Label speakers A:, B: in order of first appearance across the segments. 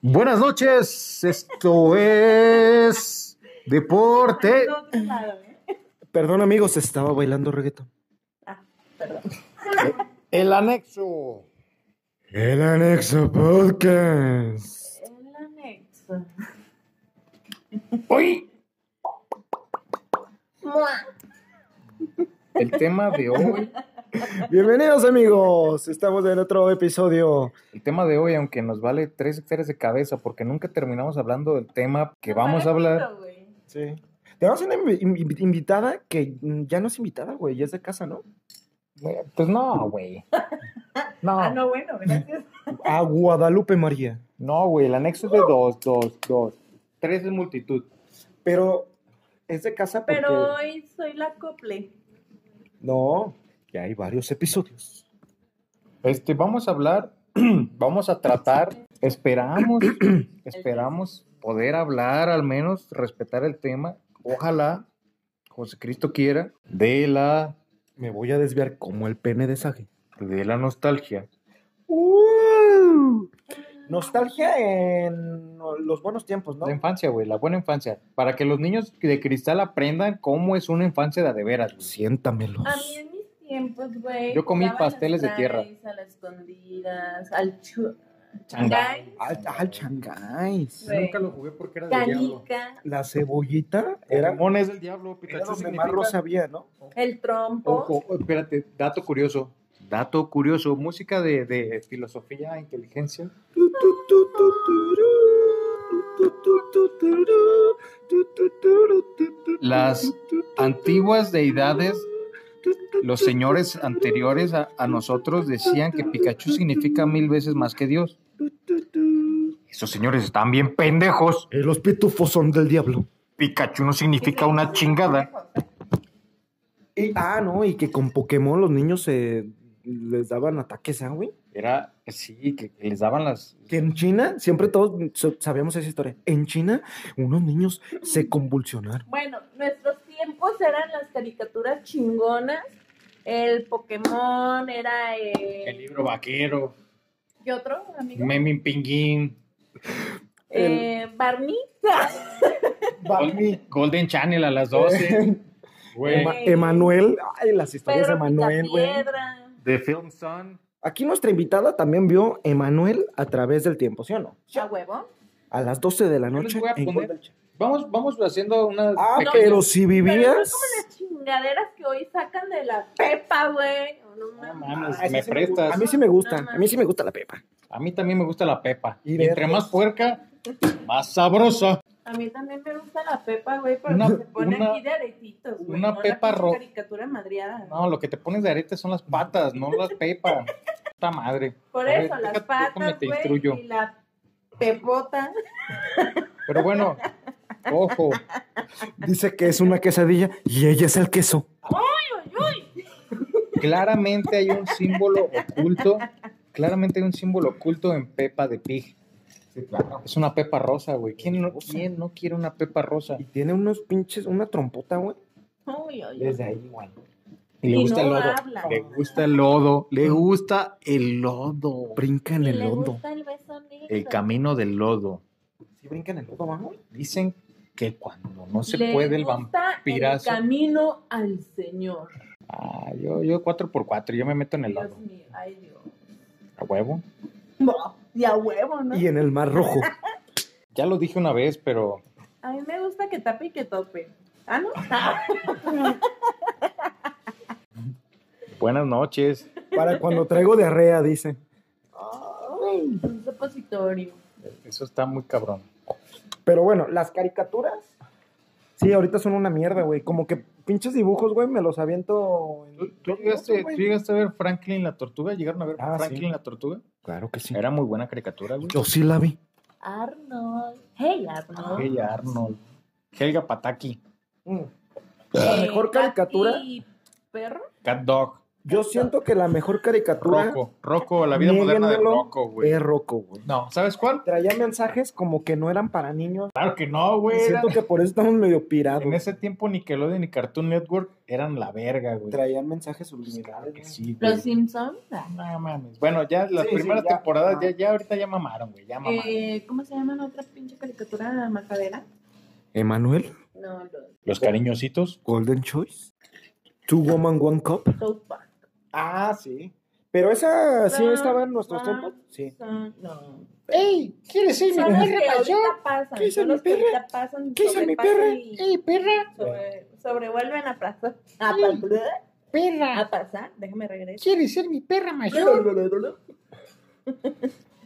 A: Buenas noches, esto es
B: ¿eh?
A: Deporte.
C: Perdón, amigos, estaba bailando reggaetón.
D: El anexo.
A: El Anexo Podcast.
B: El anexo.
D: Hoy. El tema de hoy,
C: Bienvenidos, amigos. Estamos en otro episodio.
D: el tema de hoy, aunque nos vale tres hectáreas de cabeza, porque nunca terminamos hablando del tema que vamos a hablar.
C: Sí. Tenemos una invi- invi- invitada que mm, ya no es invitada, güey, ya es de casa, ¿no?
D: Güey, Pues no, güey.
B: Ah,
D: No,
B: no, bueno, gracias.
C: A Guadalupe María.
D: no, güey, el anexo es de dos, dos, dos. Tres es multitud.
C: Pero es de casa porque...
B: Pero hoy soy la cople.
C: No, ya hay varios episodios.
D: Este, vamos a hablar, vamos a tratar, esperamos, esperamos poder hablar, al menos respetar el tema. Ojalá, José Cristo quiera, de la,
C: Me voy a desviar como el pene de Sage.
D: de la nostalgia.
C: Nostalgia en los buenos tiempos, ¿no?
D: La infancia, güey, la buena infancia. Para que los niños de cristal aprendan cómo es una infancia de a de veras. güey.
C: Siéntamelos.
B: A mí en mis tiempos, güey.
D: Yo comí
B: daban
D: pasteles de
B: las
D: tierra.
B: traes A las escondidas, al chu-
D: Changay.
B: changay,
C: Al, al changáis.
B: güey,
D: jugué porque era
B: canica,
C: La cebollita era,
D: Ramón es el diablo,
C: era
D: Pikachu
C: lo que
D: significa-
C: más lo sabía, ¿no?
B: el trompo.
D: Ojo, espérate, dato curioso. Dato curioso, música de, de filosofía, inteligencia. Las antiguas deidades, los señores anteriores a, a nosotros decían que Pikachu significa mil veces más que Dios. Esos señores están bien pendejos.
C: Eh, los pitufos son del diablo.
D: Pikachu no significa una chingada.
C: Y- ah, no, y que con Pokémon los niños se les daban ataques, ¿ah, güey?
D: Era, sí, que, que les daban las...
C: Que en China, siempre todos so- sabíamos esa historia. En China, unos niños se convulsionaron.
B: Bueno, nuestros tiempos eran las caricaturas chingonas. El Pokémon era
D: El
B: el.
D: libro vaquero,
B: ¿Y otro, amigo?
D: Memín Pinguín,
B: Eh, Barney.
D: Gol- Golden Channel a las 12. Güey.
C: Ema- Emanuel, ay, las historias
B: Pedro
C: de Emanuel, güey.
B: Picapiedra.
D: The Film Sun.
C: Aquí nuestra invitada también vio Emanuel a través del tiempo, ¿sí o no?
B: ¿A huevo?
C: A las 12 de la
D: les
C: noche.
D: voy a
C: en
D: poner-
C: Goldelcha.
D: Vamos, vamos haciendo una.
C: Ah,
D: pequeña-
C: pero si
B: Pero no
C: vivías.
B: como las chingaderas que hoy sacan de la pepa, güey. No
D: No
B: mames.
D: mames,
C: Ah, esa
D: me
C: sí gusta.
D: prestas.
C: A mí sí me gusta,
B: No,
C: a mí sí me gusta la pepa.
D: A mí también me gusta la pepa.
C: Y
D: Entre
C: verdes.
D: más puerca, más sabrosa.
B: A mí también me gusta la pepa, güey, porque
D: Una-
B: se pone
D: una-
B: aquí de aretitos, güey.
D: una
B: no la
D: pepa
B: pinche
D: ro-
B: caricatura madreada. güey.
D: No, lo que te pones de arete son las patas, no las pepas. Puta madre.
B: Por
D: A ver,
B: eso, las
D: déjate- déjame
B: patas,
D: te
B: güey,
D: instruyo.
B: y la pepota.
D: Pero bueno, ojo.
C: Dice que es una quesadilla y ella es el queso.
D: Claramente hay un símbolo oculto. Claramente hay un símbolo oculto en Pepa de Pig. Es una pepa rosa, güey. ¿Quién no, quién no quiere una pepa rosa?
C: Y tiene unos pinches, una trompota, güey.
B: Uy, uy, uy.
D: Desde ahí, güey. Y le
B: Y no
D: gusta el lodo.
B: habla.
D: Le gusta el lodo. Le gusta el lodo.
C: Brinca en
B: Y
C: el
B: le
C: hondo.
B: gusta el beso negro.
D: El camino del lodo.
C: Sí, brinca en el lodo, güey.
D: Dicen que cuando no se
B: Le
D: puede el vampiro.
B: gusta
D: vampirazo.
B: El camino al Señor.
D: Ah, yo, yo 4x4, yo me meto en el
B: Dios
D: lodo.
B: mío, ay Dios.
D: A huevo.
B: No, y a huevo, ¿no?
C: Y en el mar rojo.
D: Ya lo dije una vez, pero
B: A mí me gusta que tape y que tope. Ah, no.
D: buenas noches.
C: Para cuando traigo diarrea, dice.
B: Ay, un repositorio.
D: Eso está muy cabrón.
C: Pero bueno, las caricaturas. Sí, ahorita son una mierda, güey. Como que pinches dibujos, güey, me los aviento. en-
D: ¿Tú, tú llegaste,
C: No, güey.
D: tú llegaste a ver Franklin la tortuga? ¿Llegaron a ver
C: Ah,
D: Franklin
C: sí.
D: la tortuga?
C: Claro que sí.
D: Era muy buena caricatura, güey.
C: Yo sí la vi.
B: Arnold. Hey,
C: Ah.
B: Arnold.
D: Ella, Arnold. Helga Pataki.
C: Mm. La mejor caricatura.
B: Eh, Katy Perro.
D: Cat Dog.
C: Yo siento que la mejor caricatura
D: Rocco, Rocco, la vida moderna de
C: Niéguenmelo.
D: Rocco, güey.
C: es Rocco, güey.
D: No, ¿sabes cuál?
C: Traía mensajes como que no eran para niños.
D: Claro que no,
C: Y
D: güey. era-
C: siento que por eso estamos medio pirados.
D: En ese tiempo Nickelodeon ni Cartoon Network eran la verga, güey.
C: Traían mensajes
D: Claro
C: subliminales.
D: que
C: güey.
D: sí, güey.
B: Los Simpsons. ah.
D: No mames. Bueno, ya las
C: Sí, sí,
D: primeras
C: ya.
D: temporadas, ya, ya ahorita ya mamaron, güey. Ya mamaron.
B: Eh, ¿Cómo se llaman otras pinche caricatura majadera?
A: Emanuel,
B: No, los
D: Los cariñositos.
A: Golden Choice.
C: Two Woman One Cup.
B: South Park.
C: Ah, sí. Pero esa sí
B: Ah,
C: estaba en nuestros
B: ah.
C: tiempos. Sí.
B: Son, no.
D: ¡Ey! ¿Qué le
B: Son los que ahorita pasan.
C: ¿Qué hizo
B: son
C: mi
B: los que
C: perra?
B: ahorita pasan.
C: ¿Qué hizo mi
B: sobrepasan
C: perra?
B: y
D: perra!
B: sobre- sobrevuelven a pasar. A, pa-
D: ¡Perra!
B: a pasar. Déjame regresar.
D: ¿Quieres ser mi perra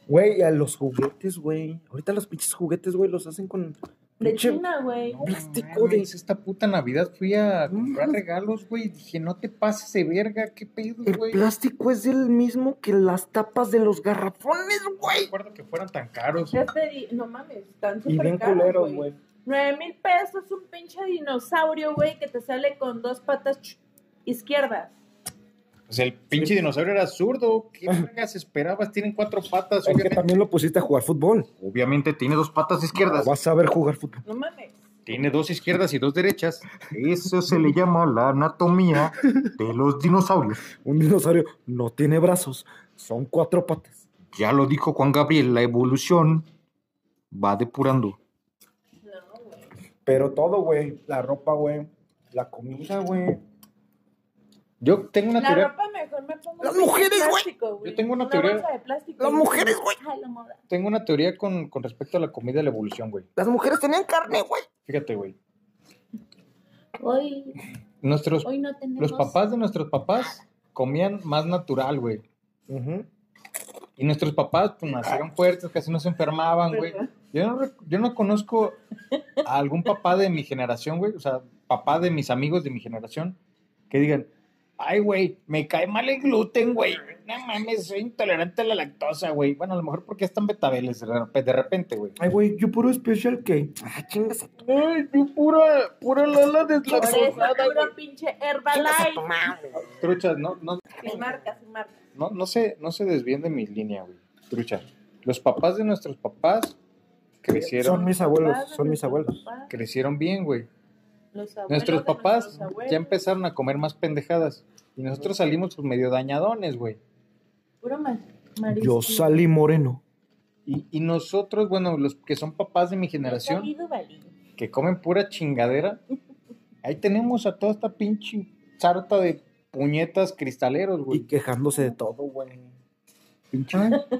C: Güey, a los juguetes, güey. Ahorita los pinches juguetes, güey, los hacen con.
B: De
C: pinche-
B: China, güey.
D: No,
C: Plástico
D: mames, esta puta Navidad fui a comprar regalos, güey. y Dije, no te pases de verga, qué pedo,
C: El
D: güey. No
C: plástico es el mismo que las tapas de los garrafones, güey.
D: recuerdo que fueran tan caros.
B: Ya te di- no mames, están
C: Y bien
B: súper caros,
C: culeros,
B: güey.
C: güey.
B: Nueve mil pesos un pinche dinosaurio, güey, que te sale con dos patas ch- izquierdas.
D: O sea, el pinche dinosaurio era zurdo. ¿Qué vergas esperabas? Tienen cuatro patas,
C: Es que
D: obviamente.
C: también lo pusiste a jugar fútbol.
D: Obviamente tiene dos patas izquierdas.
C: Vas a saber jugar fútbol.
B: No mames.
D: Tiene dos izquierdas y dos derechas. Eso se le llama la anatomía de los dinosaurios.
C: Un dinosaurio no tiene brazos, son cuatro patas.
D: Ya lo dijo Juan Gabriel, la evolución va depurando.
B: No, güey.
C: Pero todo, güey. La ropa, güey. La comida, güey.
D: Yo tengo una
B: La
D: teoría,
B: ropa mejor me pongo.
C: Las
B: un pinche
C: mujeres, güey.
B: plástico, güey.
D: Yo tengo una teoría.
B: bolsa de plástico,
C: Las
B: güey.
C: mujeres, güey.
B: Ay, la moda.
D: tengo una teoría con, con respecto a la comida y la evolución, güey.
C: Las mujeres tenían carne, güey.
D: Fíjate, güey.
B: Hoy,
D: Nuestros,
B: hoy no tenemos.
D: los papás de nuestros papás comían más natural, güey. Y nuestros papás pues, nacieron fuertes, casi no se enfermaban, güey.
B: ¿verdad?
D: Yo no, rec- yo no conozco a algún papá de mi generación, güey. O sea, papá de mis amigos de mi generación que digan, ay, güey, me cae mal el gluten, güey. No mames, soy intolerante a la lactosa, güey. Bueno, a lo mejor porque están betabeles de rep- de repente, güey.
C: Ay, güey, yo puro especial que. Ah, chingas a tu
D: Ay, yo pura, pura lala
B: Por Pues eso puro pinche Herbalife.
C: madre.
D: Truchas, no, no,
B: Sin marca, sin marca.
D: no, no se, no se desvíen de mi línea, güey. Truchas. Los papás de nuestros papás
C: Son
D: crecieron,
C: mis abuelos,
B: Papás de
C: son mis
B: nuestros
C: abuelos.
B: papás,
D: crecieron bien, güey.
B: los abuelos
D: Nuestros
B: de
D: papás
B: nuestros abuelos.
D: ya empezaron a comer más pendejadas. Y nosotros salimos pues medio dañadones, güey.
B: Puro ma- marisco.
C: Yo salí moreno.
D: Y, y nosotros, bueno, los que son papás de mi
B: Yo
D: generación,
B: salí Duvalín.
D: que comen pura chingadera, ahí tenemos a toda esta pinche sarta de puñetas cristaleros,
C: Y
D: güey.
C: quejándose de todo, güey.
D: Pinche-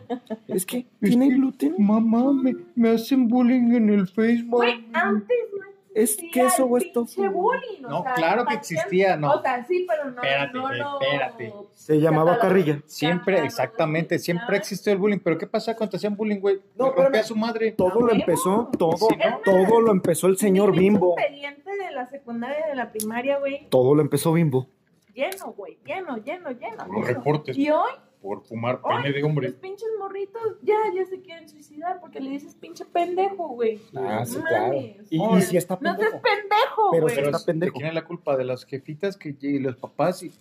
C: Es que tiene gluten.
D: Mamá, me, me hacen bullying en el Facebook.
B: Güey, antes no
C: Es
B: existía
C: queso
B: el
C: o es tofu.
B: pinche bullying, o
D: No,
B: sea,
D: claro que
B: parecían-
D: existía, no.
B: O sea, sí, pero no.
D: Espérate,
B: no, lo-
D: espérate.
C: Se llamaba
B: Catalog-
C: carrilla.
D: Siempre,
B: Catalog-
D: exactamente, siempre existió el bullying. Pero ¿qué pasa cuando te hacían bullying, güey?
C: No,
D: No, rompía
C: espérame.
D: a su madre.
C: Todo lo
B: huevo.
C: empezó, todo,
D: Sí,
B: ¿no?
C: todo lo empezó el señor
B: Mi
C: Bimbo.
B: expediente de la secundaria de la primaria, güey,
C: Todo lo empezó Bimbo.
B: lleno, güey, lleno, lleno, lleno.
D: Los
B: lleno.
D: reportes
B: Y hoy
D: por fumar
B: Ay,
D: pene de hombre.
B: los pinches morritos ya, ya se quieren suicidar porque le dices pinche pendejo, güey.
D: Ah, sí,
B: Mames.
C: Y,
D: Ay,
C: y sí está
B: No seas
C: pendejo.
B: pues, pendejo,
C: Pero
B: güey.
C: se está
D: es-
C: pendejo.
D: ¿de ¿Quién es la culpa? De las jefitas que, y los papás. Y,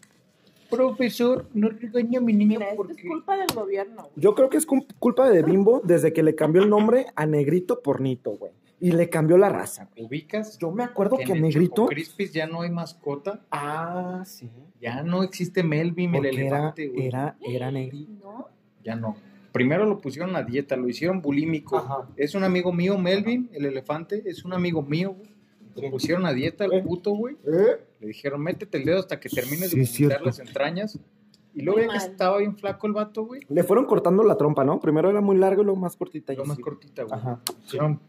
D: Profesor, no regaña a mi niño
B: Mira, esto
D: porque.
B: es culpa del gobierno, güey.
C: Yo creo que es cum- culpa de Bimbo desde que le cambió el nombre a Negrito por Nito, güey. Y le cambió la raza.
D: ¿Ubicas?
C: Yo me acuerdo que
D: en el
C: Negrito.
D: Choco Crispis ya no hay mascota.
C: Ah, sí.
D: Ya no existe Melvin, el
C: Porque era,
D: elefante, güey.
C: era, era Negrito.
B: ¿No?
D: Ya no. Primero lo pusieron a dieta, lo hicieron bulímico.
C: Ajá.
D: Es un amigo mío, Melvin, el elefante, es un amigo mío, güey. Lo pusieron a dieta al
C: Eh.
D: puto, güey. Le dijeron, métete el dedo hasta que termines
A: Sí,
D: de
A: es
D: juntar
A: cierto.
D: las entrañas. Y luego
B: Muy
D: ya que
B: mal.
D: estaba bien flaco el vato, güey.
C: Le fueron cortando la trompa, ¿no? Primero era muy largo y luego más cortita.
D: Lo
C: y
D: más
C: así.
D: cortita, güey.
C: Ajá.
D: Hicieron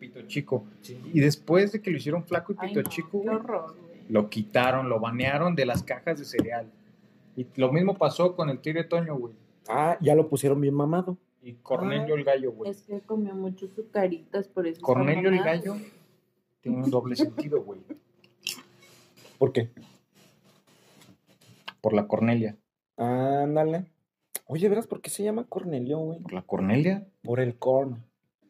D: pito chico. Y después de que lo hicieron flaco y
B: Ay,
D: pito
B: no,
D: chico,
B: qué
D: güey,
B: horror, güey.
D: lo quitaron, lo banearon de las cajas de cereal. Y lo mismo pasó con el tigre Toño, güey.
C: Ah, ya lo pusieron bien mamado.
D: Y Cornelio el gallo, güey.
B: Es que comió mucho sucaritas, por eso. está
D: Cornelio el
B: mamado.
D: gallo tiene un doble sentido, güey.
C: ¿Por qué?
D: Por la Cornelia.
C: Ándale. Oye, ¿verás por qué se llama Cornelio, güey?
D: ¿Por la Cornelia?
C: Por el corn.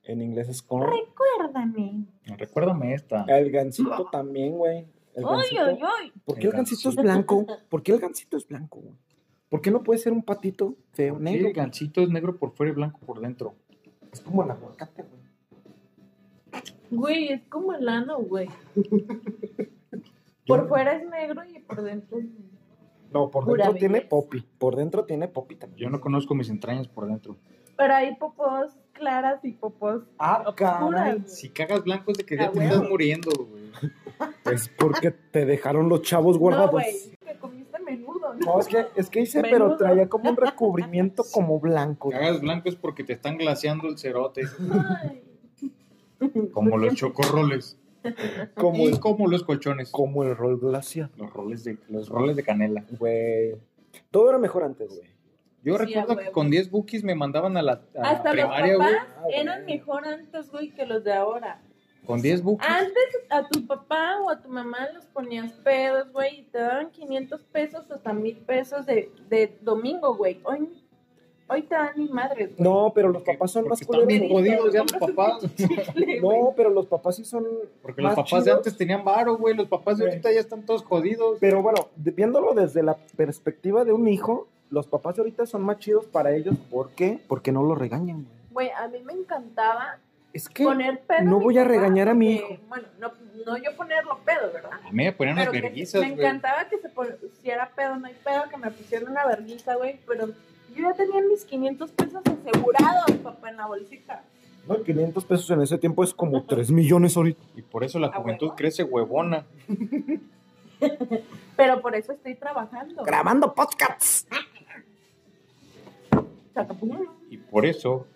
C: En inglés es corn.
B: Recuérdame.
D: Recuérdame esta.
C: Eh, El gancito también, güey. El
B: ¡Uy,
C: gansito.
B: uy, uy!
C: ¿Por qué el
D: El
C: gancito es
D: gansito.
C: blanco? ¿Por qué el gancito es blanco? güey? ¿Por qué no puede ser un patito feo,
D: Sí,
C: negro?
D: el gancito es negro por fuera y blanco por dentro.
C: Es como el aguacate, güey.
B: Güey, es como el ano, güey.
D: Yo-
B: Por fuera es negro y por dentro es
C: No, por
B: Pura
C: dentro
B: belleza.
C: tiene popi. Por dentro tiene popi también.
D: Yo no conozco mis entrañas por dentro.
B: Pero hay popos claras y popos
C: Ah,
B: oscuras.
C: caray.
B: güey.
D: Si cagas blanco es de que
B: Ah,
D: ya te
B: huevo.
D: estás muriendo, güey.
C: Es porque te dejaron los chavos
B: No,
C: guardados.
B: güey, te comiste menudo, ¿no?
C: No, es que, es que hice, pero
B: Menudo.
C: traía como un recubrimiento como blanco.
D: Cagas blanco es porque te están glaseando el cerote.
B: Ay.
D: Como los chocorroles.
C: Como
D: Y
C: el,
D: como los colchones.
C: como el rol glacial.
D: Los roles de, los roles de canela.
C: Güey. Todo era mejor antes, güey.
D: Yo
B: Sí, a
D: recuerdo
B: huevo.
D: que con 10 bookies me mandaban a la a
B: Hasta los
D: primaria, güey.
B: papás
C: güey.
B: Ah, eran mejor antes, güey, que los de ahora.
D: Con 10 bookies.
B: Ah, Antes a tu papá o a tu mamá los ponías pedos, güey, y te daban 500 pesos hasta 1000 pesos de, de domingo, güey. Hoy, hoy te dan ni madres, güey.
C: No, pero los
D: Porque-
C: papás son más
D: porque están bien
C: culeros, güey.
D: jodidos ya los
B: Compras un
D: papás.
B: chicle, güey.
C: No, pero los papás sí son.
D: Porque
C: más
D: los papás de
C: chidos.
D: antes tenían varo, güey. Los papás de
C: Güey.
D: ahorita ya están todos jodidos.
C: Pero bueno, de- viéndolo desde la perspectiva de un hijo, los papás de ahorita son más chidos para ellos. ¿Por qué? Porque no lo regañan, güey.
B: Güey, a mí me encantaba
C: Es que.
B: poner pedo.
C: no
B: mi
C: voy a
B: papá,
C: regañar a mi
B: porque, Bueno, no, no yo ponerlo pedo, ¿verdad?
D: A mí me ponían unas
B: Pero que
D: verguizas,
B: me
D: güey.
B: encantaba que se pusiera pedo, no hay pedo, que me pusieran una vergüenza, güey, pero yo ya tenía mis 500 pesos asegurados, papá, en la bolsita.
C: No, 500 pesos en ese tiempo es como 3 millones ahorita.
D: Y por eso la
B: ¿A
D: juventud
B: huevo?
D: crece huevona.
B: Pero por eso estoy trabajando.
C: Grabando podcasts.
B: Chacapum.
D: Y por eso,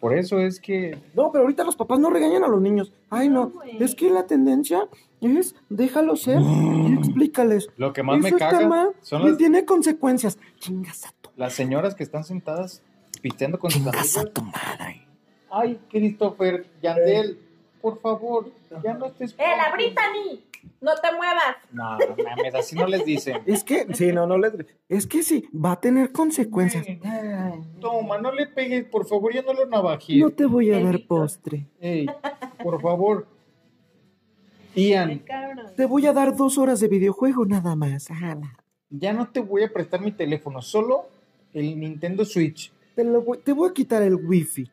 D: por eso es que
C: No, pero ahorita los papás no regañan a los niños. Ay,
B: No,
C: no.
B: güey.
C: Es que la tendencia es déjalo ser y explícales.
D: lo que más
C: Eso
D: me
C: está
D: caga
C: mal
D: son
C: y
D: las,
C: tiene consecuencias. Chingas a tu,
D: las señoras que están sentadas pisteando con sus
C: chingas a
D: amigas.
C: tu madre.
D: Ay, Christopher, Yandel, por favor, ya no estés...
B: ¡Eh, la Brittany! ¡No te muevas!
D: No, no mames, así no les dicen.
C: Es que, sí, no, no les. Es que sí, va a tener consecuencias.
D: Toma, no le pegues, por favor, ya no lo navajes.
C: No te voy a dar
B: Bendito.
C: postre.
D: Ey, por favor.
B: Ay,
D: Ian,
B: cabrón.
C: Te voy a dar dos horas de videojuego nada más. Ala.
D: ya no te voy a prestar mi teléfono, solo el Nintendo Switch.
C: Te, lo voy, te voy a quitar el wifi.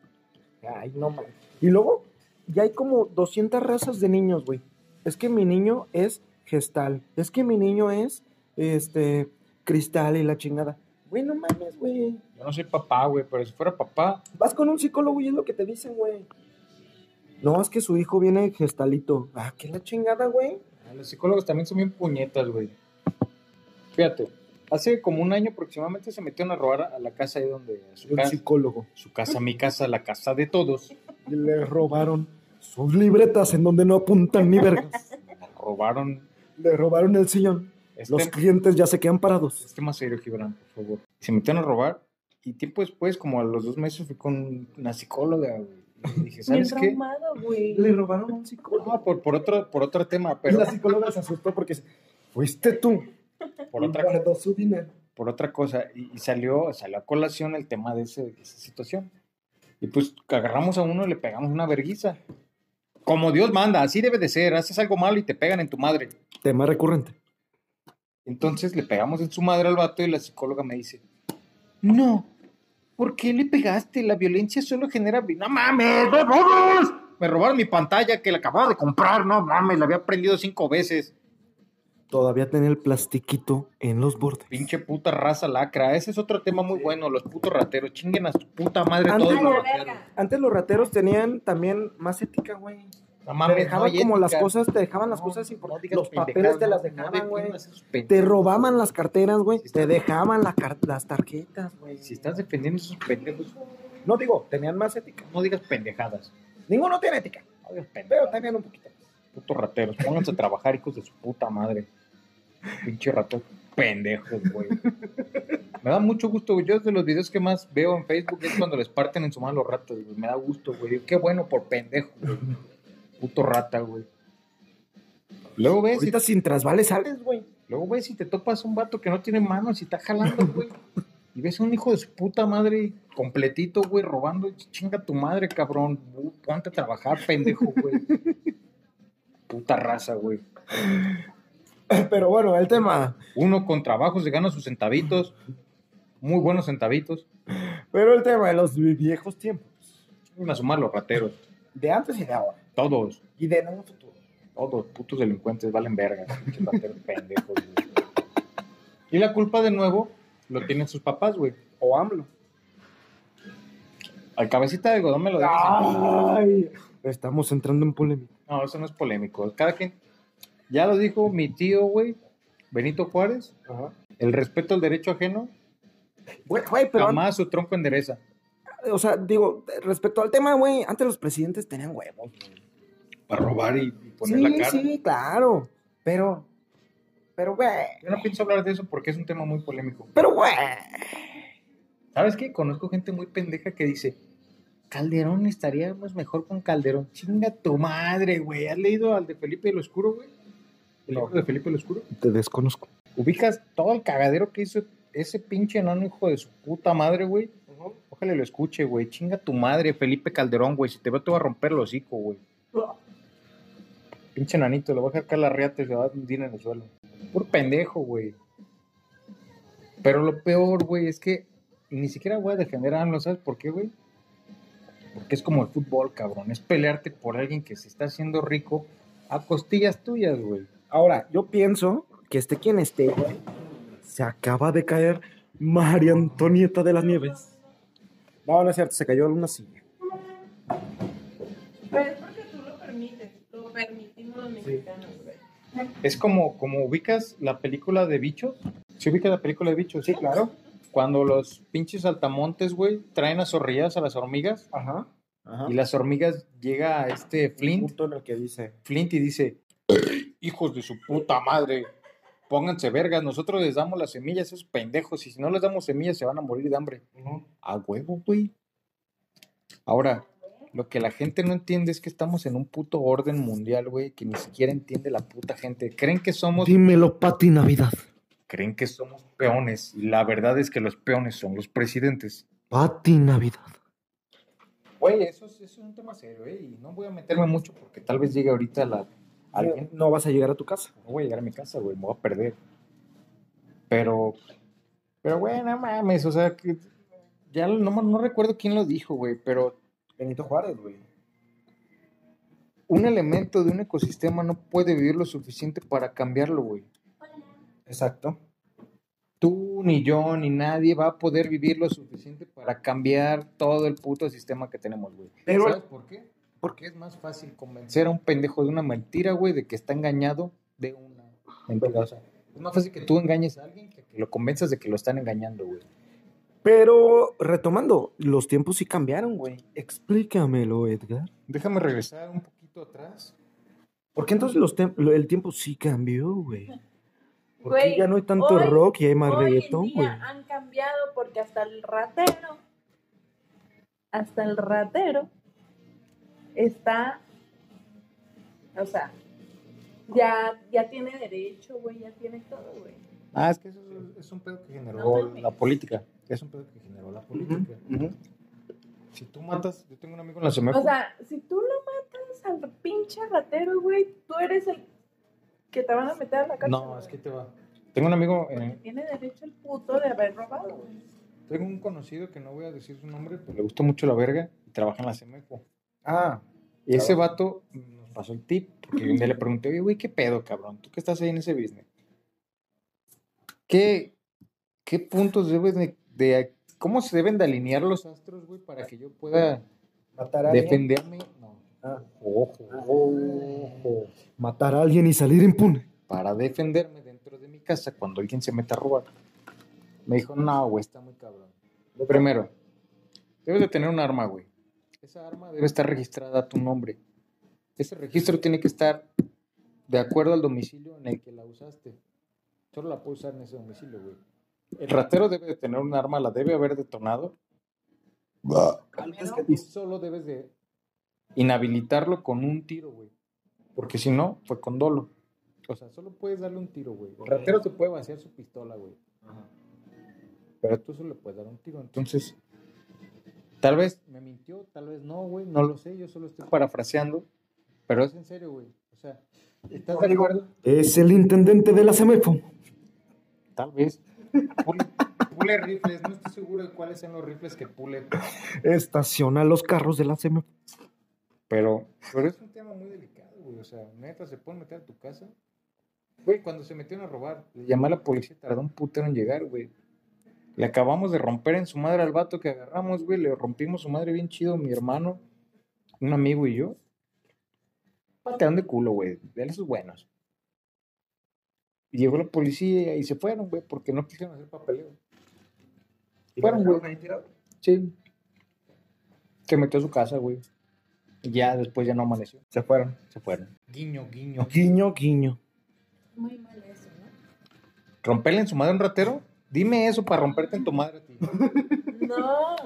C: Ay, no man. Y luego, ya hay como 200 razas de niños, güey. Es que mi niño es gestal. Es que mi niño es, este, cristal y la chingada. Güey, no mames, güey.
D: Yo no soy papá, güey, pero si fuera papá,
C: Vas con un psicólogo y es lo que te dicen, güey. No, es que su hijo viene gestalito. Ah, qué la chingada, güey.
D: Ah, Los psicólogos también son bien puñetas, güey. Fíjate, hace como un año aproximadamente se metieron a robar a la casa ahí donde... a su,
C: El
D: casa,
C: psicólogo.
D: su casa, mi casa, la casa de todos.
C: Le robaron sus libretas en donde no apuntan ni vergas.
D: Robaron
C: Le robaron el sillón.
D: este,
C: Los clientes ya se quedan parados.
D: este más serio, Gibran, por favor. Se metieron a robar y tiempo después, como a los dos meses, fui con una psicóloga, güey. Y le dije,
B: Bien
D: ¿sabes qué?
B: traumado, güey.
C: Le robaron a un psicólogo.
D: No, por, por, otro, por otro tema,
C: Y
D: pero
C: la psicóloga se asustó porque dice, fuiste tú.
D: por
C: Y
D: otra,
C: guardó su dinero.
D: por otra cosa. Y, y salió, salió a colación el tema de, ese, de esa situación. Y pues agarramos a uno y le pegamos una verguiza. Como Dios manda, así debe de ser. Haces algo malo y te pegan en tu madre.
C: Tema recurrente.
D: Entonces le pegamos en su madre al vato y la psicóloga me dice, no, ¿por qué le pegaste? La violencia solo genera... vi-". No mames, no mames. Me robaron mi pantalla que la acababa de comprar, no mames, la había prendido cinco veces.
C: Todavía tenía el plastiquito en los bordes.
D: Pinche puta raza lacra. Ese es otro tema muy bueno, los putos rateros. Chinguen a su puta madre
C: Anda
D: todos
B: A
C: no,
B: la
D: los
B: verga.
D: rateros.
C: Antes los rateros tenían también más ética, güey. Te
D: No mames,
C: dejaban
D: no hay
C: como las
D: ética.
C: cosas, te dejaban las
D: No,
C: cosas
D: no
C: importantes.
D: digas
C: los papeles
D: pendejadas,
C: te
D: no,
C: las
D: no
C: dejaban, güey.
D: defiendas esos pendejos.
C: Te robaban las carteras, güey.
D: Sí, está
C: Te
D: bien.
C: dejaban la car- las tarjetas, güey.
D: Si estás defendiendo esos pendejos,
C: No digo, tenían más ética.
D: no digas pendejadas.
C: Ninguno tiene ética,
D: No digas
C: pero
D: pendejadas.
C: tenían un poquito.
D: Putos rateros, pónganse a trabajar, hijos de su puta madre. Pinche ratón, pendejos, güey. Me da mucho gusto, güey. Yo es de los videos que más veo en Facebook es cuando les parten en su mano los ratos, güey. Me da gusto, güey. Qué bueno por pendejo, güey. Puto rata, güey. Luego ves, y,
C: Ahorita sin trasvales sales, güey.
D: luego ves y te topas un vato que no tiene manos y está jalando, güey. Y ves a un hijo de su puta madre completito, güey, robando. Chinga tu madre, cabrón. Ponte a trabajar, pendejo, güey. Puta raza, güey.
C: Pero bueno, el tema.
D: Uno con trabajo se gana sus centavitos, muy buenos centavitos,
C: Pero el tema de los viejos tiempos.
D: van a sumar los rateros,
C: De antes y de ahora.
D: todos,
C: Y de en un futuro.
D: todos, putos delincuentes, valen verga, pinches rateros pendejos, güey. Y la culpa de nuevo lo tienen sus papás, güey.
C: O AMLO.
D: Al cabecita de algodón me lo dejas.
C: Ah. Ay, estamos entrando en polémica.
D: No, eso no es polémico. Cada quien. Ya lo dijo mi tío, güey, Benito Juárez. El respeto al derecho ajeno,
C: Güey, güey, pero an-
D: jamás su tronco endereza.
C: o sea, digo, respecto al tema, güey, antes los presidentes tenían huevos.
D: Para robar y, y poner
C: sí,
D: la cara.
C: sí, claro. Pero, pero, güey,
D: Yo no pienso hablar de eso porque es un tema muy polémico.
C: pero, güey.
D: ¿Sabes qué? Conozco gente muy pendeja que dice, Calderón estaríamos mejor con Calderón. Chinga tu madre, güey. ¿Has leído al de Felipe el Oscuro, güey? El libro de Felipe el Oscuro.
A: Te desconozco.
D: Ubicas todo el cagadero que hizo ese pinche enano hijo de su puta madre, güey. Ojalá lo escuche, güey. Chinga tu madre, Felipe Calderón, güey. Si te veo, te voy a romper el hocico, güey. Pinche nanito, le voy a sacar la riata y se va a hundir en el suelo. Por pendejo, güey. Pero lo peor, güey, es que ni siquiera voy a defender a AMLO, ¿sabes por qué, güey? Porque es como el fútbol, cabrón. Es pelearte por alguien que se está haciendo rico a costillas tuyas, güey.
C: Ahora, yo pienso que esté quien esté, güey, se acaba de caer María Antonieta de las Nieves. No, no es cierto, se cayó en una silla.
B: Pero es porque tú lo permites, lo permitimos los mexicanos, güey.
D: Es como, como ubicas la película de bichos. ¿Sí ubicas la película de bichos?
C: Sí, claro.
D: Cuando los pinches altamontes, güey, traen a zorrillas a las hormigas
C: Ajá. Ajá.
D: y las hormigas llega a este Flint
C: punto en el que dice.
D: Flint y dice, hijos de su puta madre, pónganse vergas, nosotros les damos las semillas a esos pendejos y si no les damos semillas se van a morir de hambre. A huevo, güey. Ahora, lo que la gente no entiende es que estamos en un puto orden mundial, güey, que ni siquiera entiende la puta gente. Creen que somos...
A: Dímelo, Pati Navidad.
D: Creen que somos peones y la verdad es que los peones son los presidentes.
A: Pati Navidad.
D: Güey, eso es, eso es un tema serio, ¿eh? Y no voy a meterme mucho porque tal vez llegue ahorita la, alguien
C: No vas a llegar a tu casa.
D: no voy a llegar a mi casa, güey, me voy a perder. Pero, pero, güey, no mames, o sea, que ya no, me- no recuerdo quién lo dijo, güey, pero
C: Benito Juárez, güey.
D: un elemento de un ecosistema no puede vivir lo suficiente para cambiarlo, güey.
C: Exacto.
D: Tú, ni yo, ni nadie va a poder vivir lo suficiente para cambiar todo el puto sistema que tenemos, güey.
C: Pero-
D: ¿Sabes por qué? Porque es más fácil convencer a un pendejo de una mentira, güey, de que está engañado de una mentira. O sea, es más fácil que tú engañes a alguien que que lo convenzas de que lo están engañando, güey.
C: Pero retomando, los tiempos sí cambiaron, güey.
A: Explícamelo, Edgar.
D: Déjame regresar un poquito atrás.
C: ¿Por qué entonces los tem- lo- el tiempo sí cambió, güey? ¿Por qué
B: Güey,
C: ya no hay tanto
B: hoy-
C: rock y hay más
B: Hoy
C: reggaetón,
B: en día
C: güey?
B: han cambiado porque hasta el ratero, hasta el ratero está, o sea, ya, ya tiene derecho, güey, ya tiene todo, güey.
D: Ah, es que eso es- es un pedo que generó
B: No mames.
D: la política. Es un pedo que generó la política. Si tú matas, yo tengo un amigo en la semana.
B: O sea, si tú lo matas al pinche ratero, güey, tú eres el que te van a meter a la cárcel.
D: no, es que
B: güey.
D: te va. Tengo un amigo, eh,
B: Tiene derecho el puto de haber robado, güey.
D: tengo un conocido que no voy a decir su nombre, pero le gusta mucho la verga y trabaja en la Semeco.
C: Ah,
D: Y ese vato nos pasó el tip, porque un día le pregunté, oye, güey, ¿qué pedo, cabrón? ¿Tú que estás ahí en ese business? ¿Qué, qué puntos debes de, de- ¿Cómo se deben de alinear los astros, güey, para que yo pueda
C: matar a alguien.
D: defenderme? No.
C: Ah.
D: Ojo, ojo.
C: Matar a alguien y salir impune.
D: Para defenderme dentro de mi casa cuando alguien se meta a robar. Me dijo, no, güey, está muy cabrón. Primero, debes de tener un arma, güey. Esa arma debe estar registrada a tu nombre. Ese registro tiene que estar de acuerdo al domicilio en el que la usaste. Solo la puedes usar en ese domicilio, güey. El ratero debe de tener un arma, la debe haber detonado. Antes que- Y solo debes de inhabilitarlo con un tiro, güey. Porque si no, fue con dolo. O sea, solo puedes darle un tiro, güey. El ratero te puede vaciar su pistola, güey. Pero tú solo le puedes dar un tiro. Entonces, tal vez me mintió, tal vez no, güey. No lo sé, yo solo estoy parafraseando. Pero es en serio, güey. O sea, ¿estás de acuerdo?
A: Es el intendente de la CEMEFO.
D: Tal vez. Pule, pule rifles, no estoy seguro de cuáles son los rifles que pule.
A: Estaciona los carros de la CEMEFO.
D: Pero, pero es un tema muy delicado, güey. O sea, neta, se pueden meter a tu casa. Güey, cuando se metieron a robar, le llamé a la policía, tardó un putero en llegar, güey. Le acabamos de romper en su madre al vato que agarramos, güey. Le rompimos su madre bien chido, mi hermano, un amigo y yo. Patearon de culo, güey. De esos buenos. Y llegó la policía y se fueron, güey, porque no quisieron hacer papeleo. Fueron, güey. Sí. Se metió a su casa, güey. Y ya después ya no amaneció.
C: Se fueron.
D: Se fueron. Guiño, guiño.
A: Guiño, guiño.
B: Muy mal eso, ¿no?
D: ¿Romperle en su madre a un ratero? Dime eso para romperte en tu madre a ti.
B: No.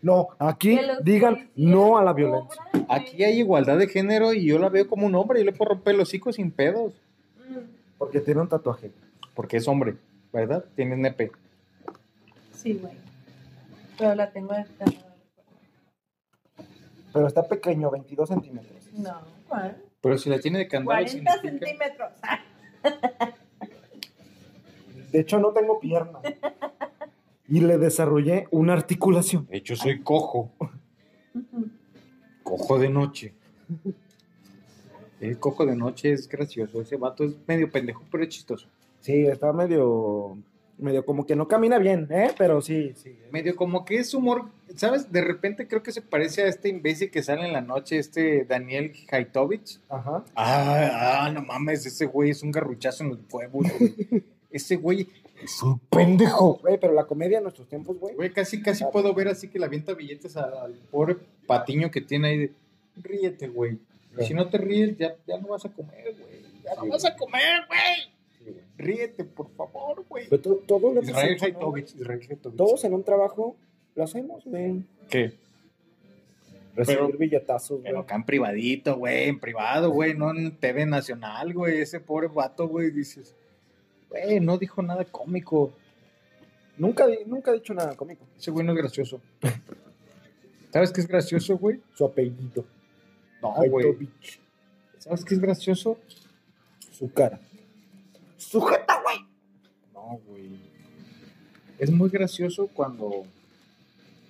A: No, aquí
B: que los
A: digan
B: policías
A: no a la violencia.
B: cobran, güey.
D: Aquí hay igualdad de género y yo la veo como un hombre. Yo le puedo romper el hocico sin pedos.
B: Mm,
C: Porque tiene un tatuaje.
D: Porque es hombre, ¿verdad? Tienes nepe.
B: Sí, güey. Pero la tengo de
C: Pero está pequeño, 22 centímetros.
B: No, ¿cuál?
D: Pero si la tiene de candado
B: 40 centímetros.
D: significa...
C: De hecho, no tengo pierna.
A: Y le desarrollé una articulación.
D: De hecho, soy cojo. Cojo de noche. El cojo de noche es gracioso. Ese vato es medio pendejo, pero es chistoso.
C: Sí, está medio. medio como que no camina bien, ¿eh? Pero sí, sí.
D: Medio como que es humor, ¿sabes? De repente creo que se parece a este imbécil que sale en la noche, este Daniel Haitovich.
C: Ajá.
D: Ah, ah, no mames, ese güey es un garruchazo en los huevos, güey. Ese güey es un pendejo.
C: Güey, pero la comedia en nuestros tiempos, güey.
D: Güey, casi, casi puedo ver así que le avienta billetes a- al pobre patiño que tiene ahí de, ríete, güey. Y Si no te ríes, ya, ya no vas a comer, güey. Ya no
C: Sí.
D: vas a comer, güey. Ríete, por favor, güey.
C: Pero to- todos lo hemos
D: Israel
C: hecho, ¿no, güey?
D: Haitovich, Israel Haitovich.
C: Todos en un trabajo lo hacemos, güey.
D: ¿Qué?
C: Recibir
D: Pero-
C: billetazos, güey.
D: Pero acá en privadito, güey, en privado, güey, no en TV nacional, güey. Ese pobre vato, güey, dices, güey, no dijo nada cómico.
C: Nunca, di- nunca he dicho nada conmigo.
D: Ese güey no es gracioso. ¿Sabes qué es gracioso, güey?
C: Su apellido.
D: No,
C: Ah,
D: güey.
C: Aitovich.
D: ¿Sabes qué es gracioso?
C: Su cara. Su jeta, güey.
D: No, güey. Es muy gracioso cuando.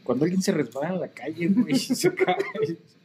D: Cuando alguien se resbala en la calle, güey, y se cae.